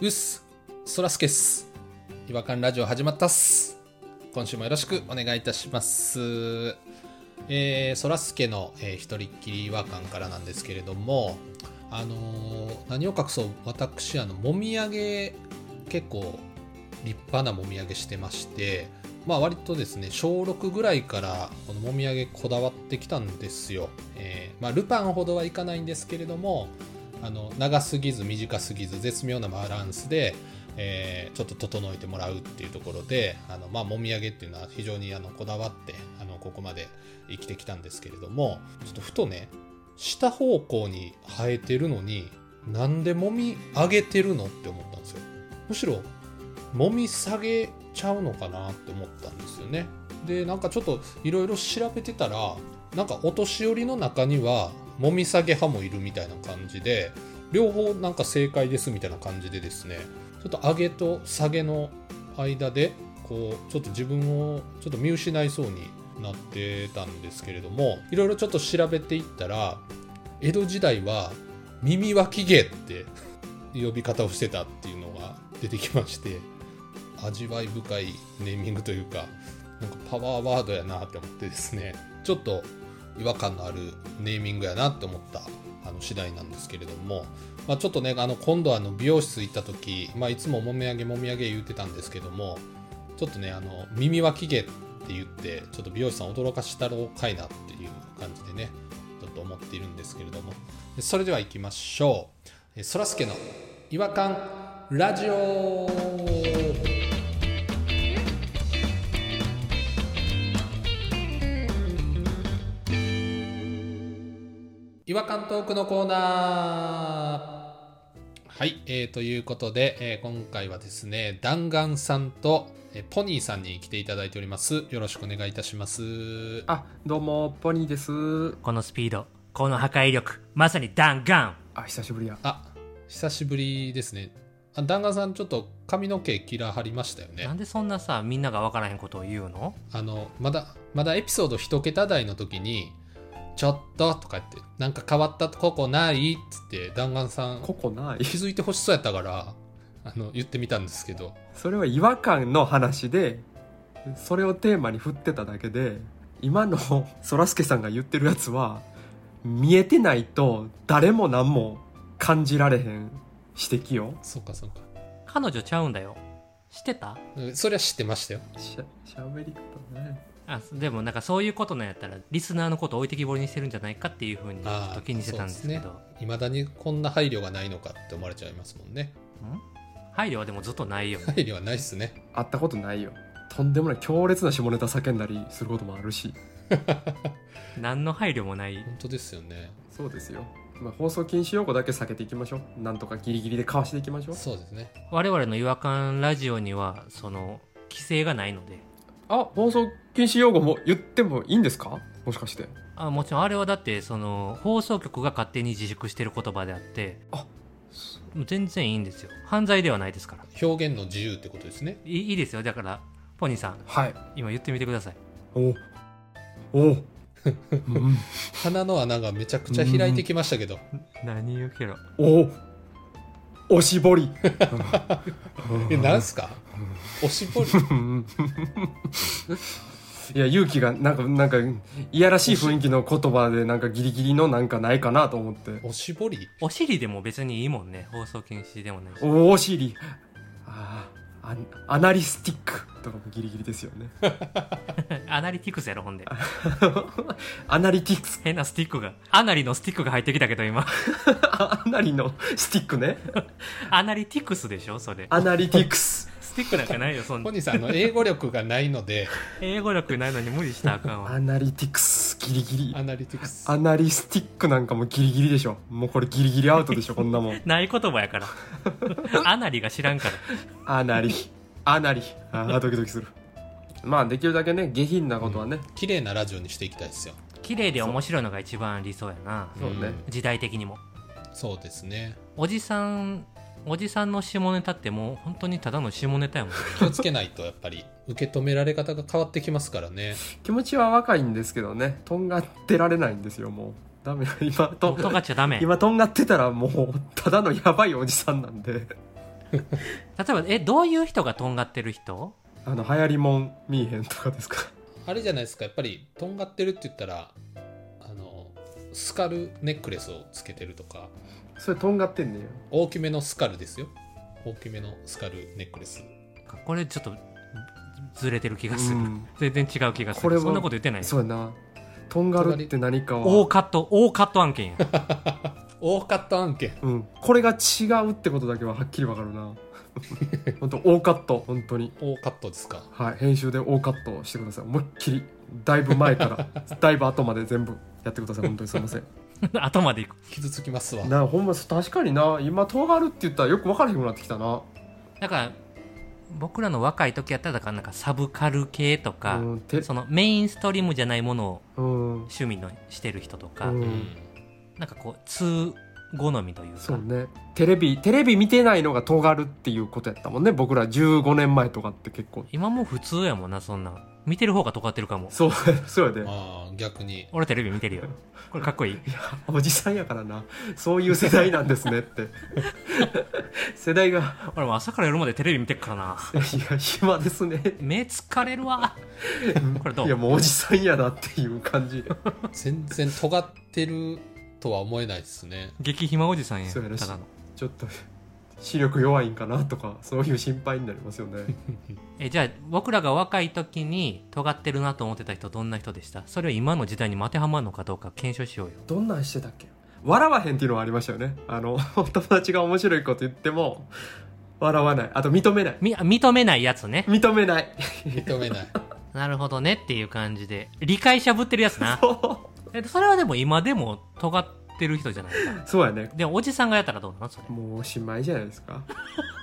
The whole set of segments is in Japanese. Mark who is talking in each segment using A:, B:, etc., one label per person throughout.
A: うっすそらすけっす違和感ラジオ始まったっす今週もよろしくお願いいたしますえー、そらすけの、えー一人っきり違和感からなんですけれどもあのー何を隠そう私あのもみあげ結構立派なもみあげしてましてまあ割とですね小6ぐらいからこのもみあげこだわってきたんですよ、えーまあ、ルパンほどはいかないんですけれどもあの長すぎず短すぎず絶妙なバランスで、えーちょっと整えてもらうっていうところであの、まあ、もみあげっていうのは非常にあのこだわってあのここまで生きてきたんですけれどもちょっとふとね下方向に生えてるのになんでもみ上げてるのって思ったんですよむしろもみ下げちゃうのかなって思ったんですよねでなんかちょっといろいろ調べてたらなんかお年寄りの中にはもみ下げ派もいるみたいな感じで両方なんか正解ですみたいな感じでですねちょっと上げと下げの間でこうちょっと自分をちょっと見失いそうになってたんですけれどもいろいろちょっと調べていったら江戸時代は耳脇毛って呼び方をしてたっていうのが出てきまして味わい深いネーミングというかなんかパワーワードやなって思ってですねちょっと違和感のあるネーミングやなって思ったあの次第なんですけれども、まあ、ちょっとねあの今度あの美容室行った時、まあ、いつももみあげもみあげ言ってたんですけどもちょっとねあの耳はき毛って言ってちょっと美容師さん驚かしたろうかいなっていう感じでねちょっと思っているんですけれどもでそれでは行きましょうえそらすけの違和感ラジオ違和感トークのコーナーはい、えーということで、えー今回はですね弾丸さんと、えーポニーさんに来ていただいておりますよろしくお願いいたします
B: あどうもポニーです
C: このスピードこの破壊力まさに弾丸
B: あ久しぶりや
A: あ久しぶりですねあ弾丸さんちょっと髪の毛切らはりましたよね
C: なんでそんなさみんながわからへんことを言うの
A: あのまだまだエピソード1桁台の時に「ちょっと」とか言って「なんか変わったここない?」っつって弾丸さん
B: ここない
A: 気づいてほしそうやったからあの言ってみたんですけど
B: それは違和感の話でそれをテーマに振ってただけで今の そらすけさんが言ってるやつは見えてないと誰も何も感じられへん指摘よ
A: そうかそうか
C: 彼女ちゃうんだよ知ってた
A: そりゃ知ってましたよ
B: しゃしゃべり方ね
C: あでもなんかそういうことなんやったらリスナーのこと置いてきぼりにしてるんじゃないかっていうふうにちょ
A: あ
C: っ
A: ー
C: と気にしてたんですけど
A: そういまだにこんな配慮がないのかって思われちゃいますもんね
C: ん配慮はでもずっとないよ
A: 配慮はないっすね
B: 会ったことないよとんでもない強烈な下ネタ叫んだりすることもあるし
C: 何の配慮もない
A: 本当ですよね
B: そうですよまあ放送禁止用語だけ避けていきましょうなんとかギリギリでかわしていきましょう
A: そうですね
C: 我々の違和感ラジオにはその規制がないので
B: あ放送禁止用語も言ってもいいんですかもしかして
C: あもちろんあれはだってその放送局が勝手に自粛してる言葉であって
B: あ
C: 全然いいんですよ犯罪ではないですから
A: 表現の自由ってことですね
C: いいいですよだからポニーさん
B: はい
C: 今言ってみてください
B: おおうん
A: 鼻の穴がめちゃくちゃ開いてきましたけど、
C: 何言うけど
B: おおしぼり
A: えなんすかおしぼり
B: うんいや勇気がなんかなんかいやらしい雰囲気の言葉でなんかギリギリのなんかないかなと思って
A: おしぼり
C: お尻でも別にいいもんね放送禁止でもないし
B: おお尻あーアアナリスティックとかもギリギリですよね
C: アナリティクスやろほんで
B: アナリティクス
C: 変なスティックがアナリのスティックが入ってきたけど 今
B: アナリのスティックね
C: アナリティクスでしょそれ
B: アナリティクス
C: スティックなんかないよそん
A: ポ
C: な
A: ニーさんあの英語力がないので
C: 英語力ないのに無理したらあかんわ
B: アナリティクスギリギリ
A: アナリティクス
B: アナリスティックなんかもギリギリでしょもうこれギリギリアウトでし ょこんなもん
C: ない言葉やからアナリが知らんから
B: アナリアナリあ ードキドキするまあできるだけね下品なことはね、
A: 綺麗なラジオにしていきたいですよ
C: 綺麗で面白いのが一番理想やな
B: そうね、
A: うん
C: 時代的にも
A: そうですね
C: おじさんおじさんの下ネタってもう本当にただの下ネタ やもん
A: 気をつけないとやっぱり受け止められ方が変わってきますからね
B: 気持ちは若いんですけどねとんがってられないんですよもうダメ 今と
C: 音がっちゃダメ
B: 今とんがってたらもうただのやばいおじさんなんで
C: 例えばえどういう人がとんがってる人
B: あの流行りもん見えへんとかですか
A: あれじゃないですかやっぱりとんがってるって言ったらあのスカルネックレスをつけてるとか
B: それとんがってんねんよ
A: 大きめのスカルですよ大きめのスカルネックレス
C: これちょっとずれてる気がす
B: う
C: る、
B: ん
C: 全然違う気がす
B: これ
C: る
B: は
C: そんなこと言ってない
B: そうやなとんがるって何か
C: 大
B: は、
C: カット大カット案件や
A: 大カット案件
B: うん、これが違うってことだけははっきりわかるな本当大カット本当に
A: 大カットですか
B: はい編集で大カットしてください思いっきりだいぶ前からだいぶ後まで全部やってください本当にすいません
C: 後までいく
A: 傷つきますわ
B: なほんま確かにな今とんがるって言ったらよく分からへんくなってきたな
C: だから僕らの若い時やったらだからなんかサブカル系とか、
B: うんて
C: そのメインストリームじゃないものを
B: うん
C: 趣味のしてる人とか、
B: う
A: うんん
C: なんかこう通好みというか
B: そうねテレビテレビ見てないのがとがるっていうことやったもんね僕ら15年前とかって結構
C: 今もう普通やもんなそんなん見てる方が尖ってるかも
B: そう そうやで
A: まあ逆に
C: 俺テレビ見てるよこれかっこいい
B: おじさんやからなそういう世代なんですねって世代が
C: 俺も朝から夜までテレビ見てっからない
B: や暇ですね
C: 目疲れ るわこれどう
B: いやもうおじさんやなっていう感じ
A: 全然尖ってるとは思えないですね
C: 激暇おじさんや
B: そうやらしい
C: ただの
B: ちょっと視力弱いんかなとかそういう心配になりますよね
C: えじゃあ僕らが若い時に尖ってるなと思ってた人どんな人でしたそれを今の時代に当てはまるのかどうか検証しようよ
B: どんなんしてたっけ笑わへんっていうのはありましたよねあのお友達が面白いこと言っても笑わないあと認めない
C: み認めないやつね
B: 認めない
A: 認めない
C: なるほどねっていう感じで理解しゃぶってるやつなえそれはでも今でも尖ってる人じゃないか
B: そうやね
C: でもおじさんがやったらどうなのそれ
B: もうおしまいじゃないですか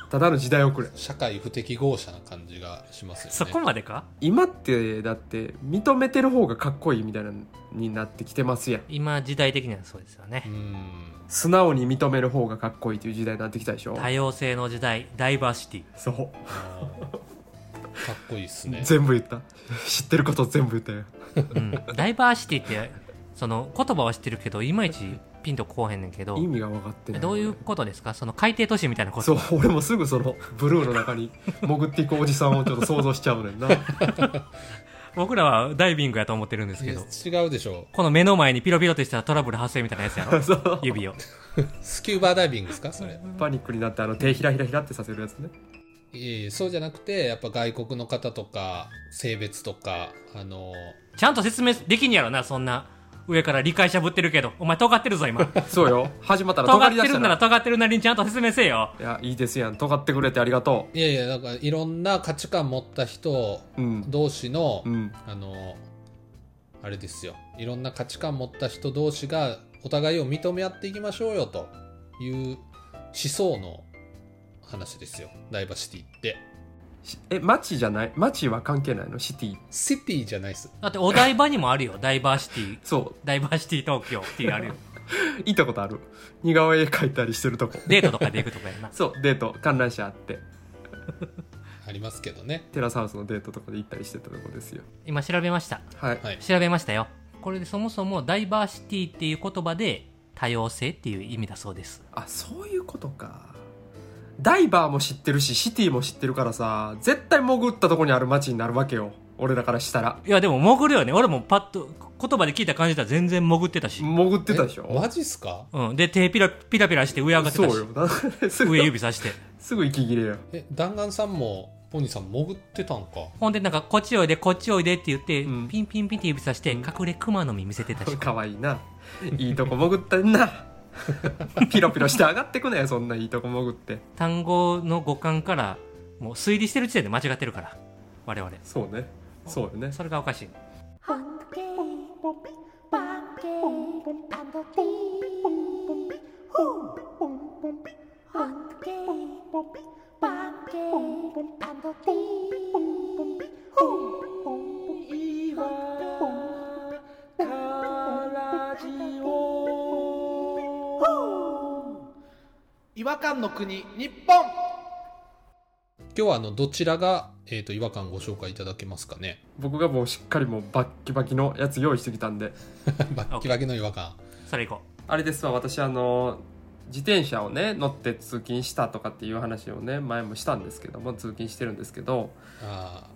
B: ただの時代遅れ
A: 社会不適合者な感じがしますよね
C: そこまでか
B: 今ってだって認めてる方がかっこいいみたいなのになってきてますやん
C: 今時代的にはそうですよね
A: うん
B: 素直に認める方がかっこいいという時代になってきたでしょ
C: 多様性の時代ダイバーシティ
B: そう
A: あーかっこいいっす ね
B: 全部言った知ってること全部言ったよ
C: うん、ダイバーシティってその言葉は知ってるけどいまいちピンとこうへんねんけど
B: 意味が分かってない
C: どういうことですかその海底都市みたいなこと
B: そう俺もすぐそのブルーの中に潜っていくおじさんをちょっと想像しちゃうねん な
C: 僕らはダイビングやと思ってるんですけど
A: いや違うでしょ
C: この目の前にピロピロとしたらトラブル発生みたいなやつや ろ
B: そう
C: 指を
A: スキューバーダイビングですかそれ
B: パニックになってあの手ひらひらひらってさせるや つね
A: いえいえそうじゃなくてやっぱ外国の方とか性別とかあの
C: ちゃんと説明できんやろなそんな上から理解しゃぶってるけどお前尖ってるぞ今
B: そうよ始まったら
C: 尖
B: 尖
C: っ
B: り
C: て
B: だし
C: る
B: た
C: んなら
B: ら
C: 尖ってるなりにちゃんと説明せえよ
B: いやいいですやん尖ってくれてありがと
A: いやいやなんかいろんな価値観持った人
B: ううん
A: 同士の、
B: うん
A: あのあれですよいろんな価値観持った人同士がお互いを認め合っていきましょうよという思想の話ですよダイバーシティって
B: しえ街じゃない街は関係ないのシティ
A: シティじゃないです
C: だってお台場にもあるよダイバーシティ
B: そう
C: ダイバーシティ東京っていうあるよ
B: 行ったことある似顔絵描いたりしてるとこ
C: デートとかで行くとかやな
B: そうデート観覧車あって
A: ありますけどね
B: テラスハウスのデートとかで行ったりしてたとこですよ
C: 今調べました
B: はい、
A: はい
C: 調べましたよこれでそもそもダイバーシティっていう言葉で多様性っていう意味だそうです
B: あそういうことかダイバーも知ってるしシティも知ってるからさ絶対潜ったとこにある街になるわけよ俺らからしたら
C: いやでも潜るよね俺もパッと言葉で聞いた感じだったら全然潜ってたし、
B: 潜ってたでしょ
A: えマジっすか
C: うん、で手ピラピラピラして上上がって
B: そう
C: たし
B: よ だす
C: 上
B: ぐ
C: 指さして
B: すぐ息切れよ
A: え弾丸さんもポニーさん潜ってたんか
C: ほんでなんかこっちおいでこっちおいでって言って、
B: うん
C: ピンピンピンって指さして、隠れ熊の実見せてたし
B: かわいいないいとこ潜ったんな ピロピロして上がってくなよそんないいとこ潜って
C: 単語の語感からもう推理してる時点で間違ってるから我々
B: そうねそうよね
C: それがおかしい
D: Hunky,
E: 違和感の国日本
A: 今日はあのどちらが、えー、と違和感ご紹介いただけますかね
B: 僕がもうしっかりもうバッキバキのやつ用意してきたんで
A: バッキバキの違和感
C: それいこ
B: あれですわ私あの自転車をね乗って通勤したとかっていう話をね前もしたんですけども通勤してるんですけど
A: ああ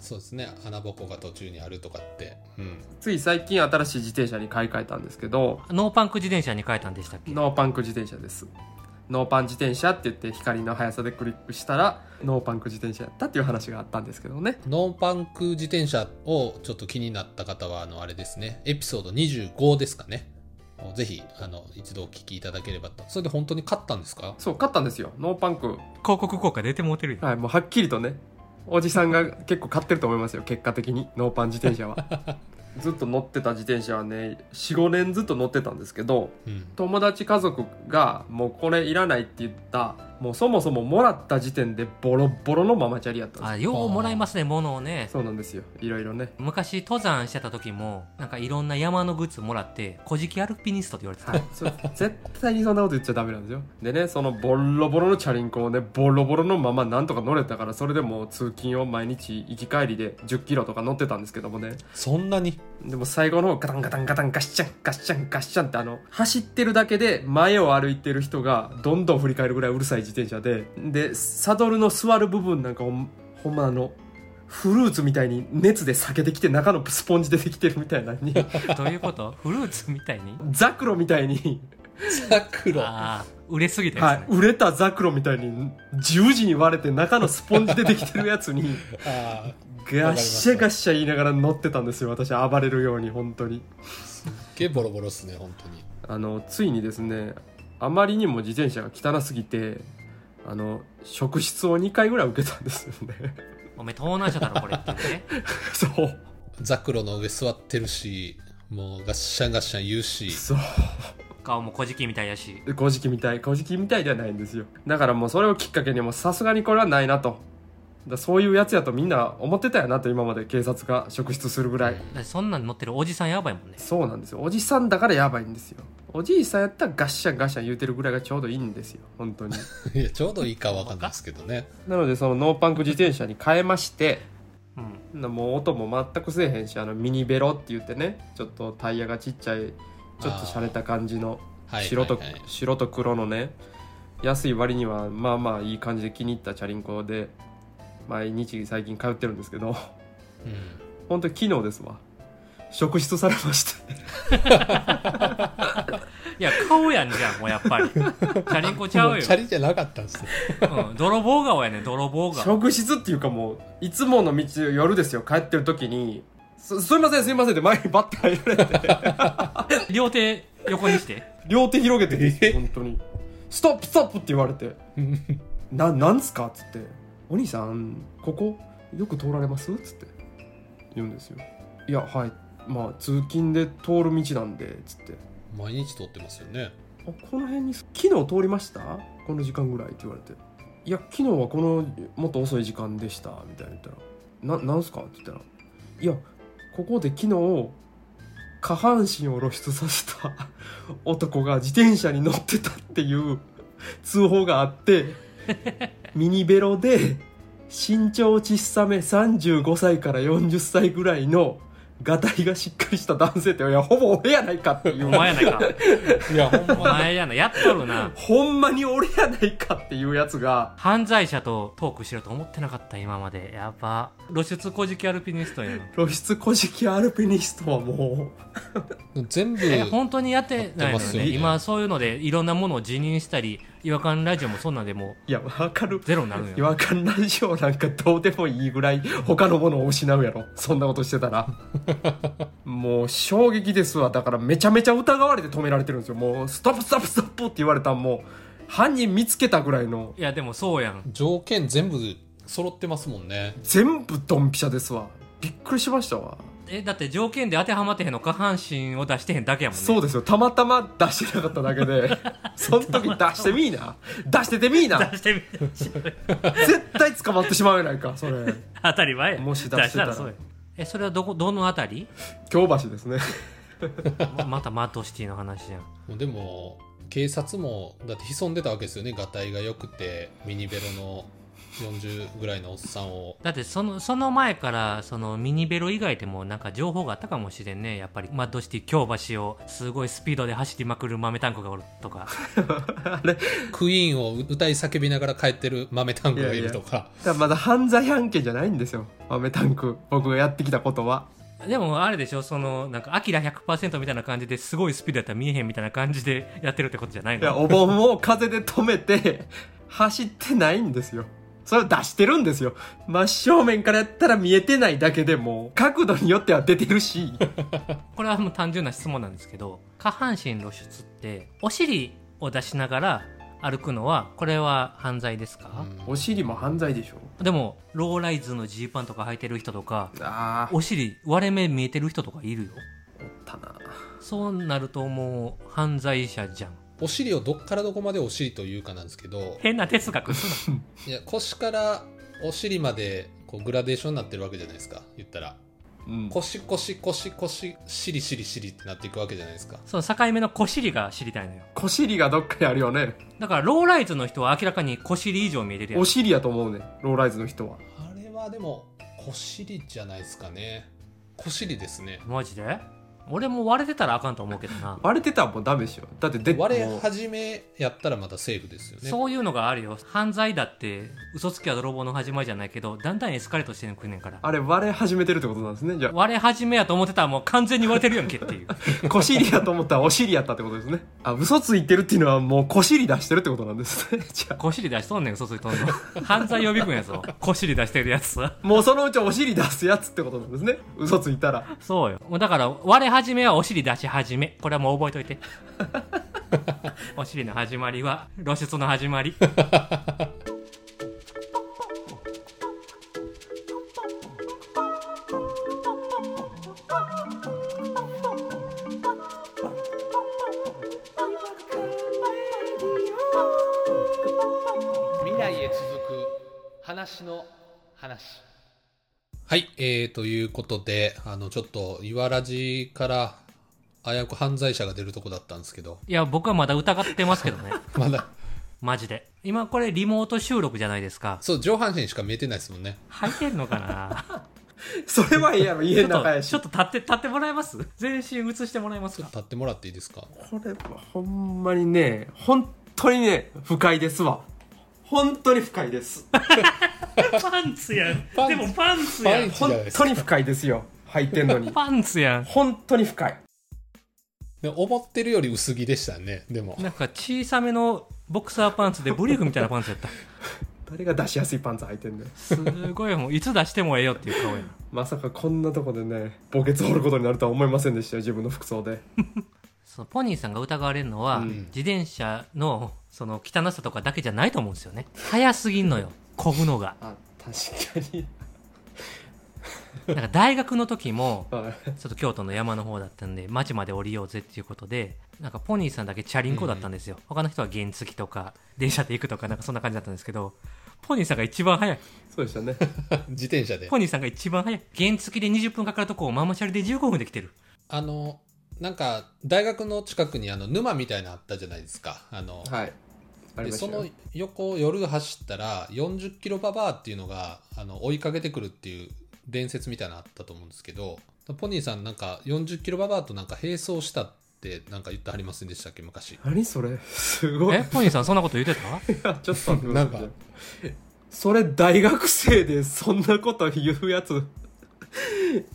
A: そうですね穴ぼこが途中にあるとかってうん
B: つい最近新しい自転車に買い替えたんですけど
C: ノーパンク自転車に変えたんでしたっけ
B: ノーパンク自転車ですノーパン自転車って言って光の速さでクリックしたらノーパンク自転車やったっていう話があったんですけどね
A: ノーパンク自転車をちょっと気になった方はあのあれですねエピソード25ですかねぜひあの一度お聞きいただければとそれで本当に勝ったんですか
B: そう買ったんですよノーパンク
C: 広告効果出てもうてるよ
B: はいもうはっきりとねおじさんが結構買ってると思いますよ結果的にノーパン自転車はずっと乗ってた自転車はね45年ずっと乗ってたんですけど
A: うん
B: 友達家族がもうこれいらないって言ったもうそもそももらった時点でボロボロのママチャリやったんですよ
C: あようもらいますね物をね
B: そうなんですよいろいろね
C: 昔登山してた時もなんかいろんな山のグッズもらって「古事記アルピニスト」って言われてた、
B: はい、そう 絶対にそんなこと言っちゃダメなんですよでねそのボロボロのチャリンコをねボロボロのままなんとか乗れたからそれでもう通勤を毎日行き帰りで1 0キロとか乗ってたんですけどもね
A: そんなに
B: でも最後の方ガタンガタンガタンガッシャンガッシャンガッシャンってあの走ってるだけで前を歩いてる人がどんどん振り返るぐらいうるさい自転車ででサドルの座る部分なんかほんほんまあのフルーツみたいに熱で裂けてきて中のスポンジ出てきてるみたいなのに
C: どういうことフルーツみたいに
B: ザクロみたいに
A: ザクロ
C: ああ売れすぎた
B: は
C: やつ
B: い
C: ね、、
B: 売れたザクロみたいに十時に割れて中のスポンジでできてるやつに
A: あ
B: ガッシャガッシャ言いながら乗ってたんですよ私暴れるように本当に
A: ーすっげえボロボロっすね本当に
B: あのついにですねあまりにも自転車が汚すぎてあの職質を2回ぐらい受けたんですよね
C: おめえ盗難車だろこれって言ってね
B: そう
A: ザクロの上座ってるしもうガッシャンガッシャン言う し
B: そう
C: 顔も古事記みたいやし
B: で古事記みたい古事記みたいではないんですよだからもうそれをきっかけにもうさすがにこれはないなとだそういうやつやとみんな思ってたよなと今まで警察が職質するぐらい
C: だってそんなん乗ってるおじさんやばいもんね
B: そうなんですよおじさんだからやばいんですよおじいさんやったらガッシャンガッシャン言うてるぐらいがちょうどいいんですよ本 当に
A: いやちょうどいいかわかんないですけどね
B: なのでそのノーパンク自転車に変えまして
C: うん
B: もう音も全くせえへんしあのミニベロって言ってねちょっとタイヤがちっちゃいちょっと洒落た感じの
A: はい
B: 白と,、
A: はいはい
B: 白と黒のね安い割にはまあまあいい感じで気に入ったチャリンコで毎日最近通ってるんですけど
A: うん
B: 本当に昨日ですわ職質されました
C: いや顔やんじゃんもうやっぱりチャリンコちゃ
A: も
C: う
A: う
C: よ
A: チ、ャリじゃなかったんですね
C: うん、泥棒顔やね泥棒顔
B: 職質っていうかもういつもの道を夜ですよ帰ってる時にすすいませんすいませんって前にバッて入られて
C: 両手横にして
B: 両手広げて
A: え
B: て本当に「ストップストップ!」って言われて「ななんすか?」っつって「お兄さんここよく通られます?」っつって言うんですよ「いやはいまあ通勤で通る道なんで」っつって
A: 毎日通ってますよね
B: あこの辺に昨日通りましたこの時間ぐらいって言われて「いや昨日はこのもっと遅い時間でした」みたいに言ったら「ななんすか?」って言ったら「いやここで昨日下半身を露出させた 男が自転車に乗ってたっていう 通報があってミニベロで身長小さめ35歳から40歳ぐらいのがたいがしっかりした男性っていやほぼ俺やないかってい
C: お
B: う。
C: 前やないか
A: いやほん
C: お
A: ま
C: 前やなやっとるな
B: ほんまに俺やないかっていうやつが、
C: 犯罪者とトークしろと思ってなかった今までやば露出古事記アルピニストやな
B: 露出古式アルピニストはも
A: 全部
C: え本当にやってない
A: やって
C: の
A: ま
C: よ
A: すよ
C: ね
A: ね
C: 今そういうのでいろんなものを辞任したり違和感ラジオもそんなんでも
B: う、いや、わかる
C: う。ゼロになるの
B: 違
C: よ
B: 和感ラジオなんかどうでもいいぐらい他のものを失うやろ。そんなことしてたら。もう衝撃ですわ。だからめちゃめちゃ疑われて止められてるんですよ。もう、ストップストップストップって言われたんもう、犯人見つけたぐらいの、
C: いやでもそうやん
A: 条件全部揃ってますもんね
B: 全部ドンピシャですわ。びっくりしましたわ。
C: えだって条件で当てはまってへんの下半身を出してへんだけやもんね
B: そうですよ。たまたま出してなか っただけで、その時出してみーな。出しててみーな。
C: 出してみて
B: 絶対捕まってしまうやないかそれ
C: 当たり前や
B: もし出してたら
C: 出そうやえそれはどこどのあたり
B: 京橋ですね
C: ままたマッドシティの話やん
A: もうでも警察もだって潜んでたわけですよねがたいが良くてミニベロの40ぐらいのおっさんを
C: だってそのその前からそのミニベロ以外でもなんか情報があったかもしれんねやっぱりマッドシティ京橋をすごいスピードで走りまくる豆タンクがおるとか
B: あれだか
A: クイーンを歌い叫びながら帰ってる豆タンクがいるとか。
B: らまだ犯罪案件じゃないんですよ豆タンク僕がやってきたことは
C: でもあれでしょそのなんかアキラ100%みたいな感じですごいスピードやったら見えへんみたいな感じでやってるってことじゃない
B: いや
C: の
B: お盆を風で止めて走ってないんですよそれを出してるんですよ真正面からやったら見えてないだけでも角度によっては出てるし
C: これはもう単純な質問なんですけど下半身露出ってお尻を出しながら歩くのはこれは犯罪ですか、
B: お尻も犯罪でしょ
C: でもローライズのジーパンとか履いてる人とか
B: ああ
C: お尻割れ目見えてる人とかいるよ
B: おったな
C: そうなるともう犯罪者じゃん
A: お尻をどっからどこまでお尻というかなんですけど、
C: 変な哲学すない
A: や腰からお尻までこうグラデーションになってるわけじゃないですか。言ったら。
B: うん
A: 腰腰腰腰、しりしりしりってなっていくわけじゃないですか。
C: その境目の小尻が知りたいのよ
B: 小尻がどっかにあるよね
C: だからローライズの人は明らかに小尻以上見えてるやん
B: お尻やと思うねローライズの人は
A: あれはでも、小尻じゃないですかね。小尻ですね。
C: マジで俺も割れてたらあかんと思うけど な
B: 割れてたらもうダメでしょだってで
A: 割れ
B: もう
A: 始めやったらまたセーフですよね。
C: そういうのがあるよ犯罪だって嘘つきは泥棒の始まりじゃないけどだんだんエスカレートしてくんねんから
B: あれ割れ始めてるってことなんですねじゃ
C: 割れ始めやと思ってたらもう完全に割れてるやんけって いう
B: あ小尻やと思ったらお尻やったってことですねあ嘘ついてるっていうのはもう小尻出してるってことなんですね じゃあ
C: 小尻出しとんねん嘘ついとんの犯罪予備軍やぞ小尻出してるやつ
B: もうそのうちお尻出すやつってことなんですね。嘘ついたら。
C: そうよ。もうだから、割れ始めはお尻出し始め。これはもう覚えといて。お尻の始まりは露出の始まり。
E: 未来へ続く話の話
A: はい、えー、ということで、あの、ちょっと、いわらじから、危うく犯罪者が出るとこだったんですけど、
C: いや、僕はまだ疑ってますけどね。
A: まだ、
C: マジで。今これリモート収録じゃないですか。
A: そう、上半身しか見えてないですもんね。
C: 入ってるのかな
B: それはええやろ、
C: ち
B: 家
C: ょっ
B: の中
C: と、
B: や
C: ち
B: し
C: ょっ。と立って、立ってもらえます全身映してもらえますか
A: 立ってもらっていいですか
B: これはほんまにね、本当にね、不快ですわ。本当に不快です。
C: パンツやん。
A: パンツでも
C: パンツ
A: やん
B: 本当に不快ですよ。履いてんのに。
C: パンツやん。
B: 本当に不快。
A: で思ってるより薄着でしたね、でも。
C: なんか小さめのボクサーパンツでブリーフみたいなパンツやった。
B: 誰が出しやすいパンツ履いてんだよ。
C: すごいもう、いつ出してもええよっていう顔やな。
B: まさかこんなとこでね、墓穴掘ることになるとは思いませんでしたよ、自分の服装で。
C: そのポニーさんが疑われるのは、
A: うん
C: 自転車のその汚さとかだけじゃないと思うんですよね早すぎんのよこぐのが
B: あ、確かに。
C: なんか大学の時も
B: はい
C: ちょっと京都の山の方だったんで町まで降りようぜっていうことでなんかポニーさんだけチャリンコだったんですよ、他の人は原付とか電車で行くとかなんかそんな感じだったんですけどポニーさんが一番早い
B: そうでしたね。
A: 自転車で
C: ポ。ニーさんが一番早い原付で20分かかるとこをママチャリで15分で来てる
A: あの、なんか、大学の近くにあの、沼みたいなのあったじゃないですか。あの、
B: はい。あり
A: で
B: まし
A: そ
B: たよ
A: の横を夜走ったら、40キロババアっていうのが、あの、追いかけてくるっていう伝説みたいなのあったと思うんですけど、ポニーさんなんか、40キロババアとなんか並走したってなんか言ってはりませんでしたっけ、昔。
B: 何それ すごい。
C: え ポニーさんそんなこと言ってた
B: いやちょっと待ってく
A: な
B: だ
A: ん
B: さ
A: か
B: いねそれ大学生でそんなこと言うやつ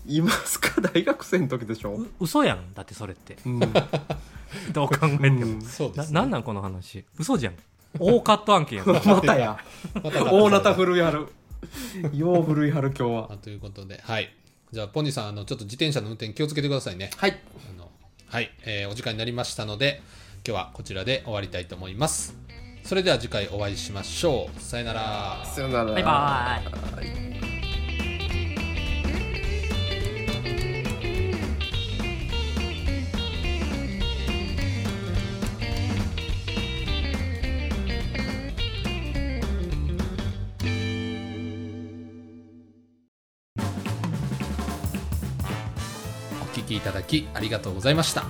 B: いますか 大学生の時でしょ
C: う嘘やんだってそれって
B: うん、
C: どう考えても、
B: うん
A: そうで
C: な
A: す、ね。
C: なんなんこの話嘘じゃん大カット案件 やん
B: またや
A: また
B: 大なた振るいはるよう振るいはる今日は
A: あということで、はい。じゃあ、ポニーさん、あの、ちょっと自転車の運転気をつけてくださいね。
B: はい
A: あの、はい、えーお時間になりましたので、今日はこちらで終わりたいと思います。それでは次回お会いしましょう。さよなら。
B: さよなら
C: バイバイ
A: お聞きいただきありがとうございました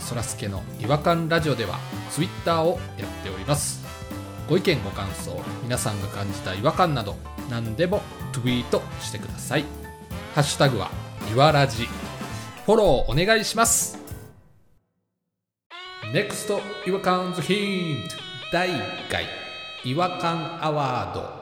A: そらすけの違和感ラジオではツイッターをやっておりますご意見ご感想皆さんが感じた違和感など何でもツイートしてくださいハッシュタグはいわらじフォローお願いします NEXT 違和感ズヒント第1回違和感アワード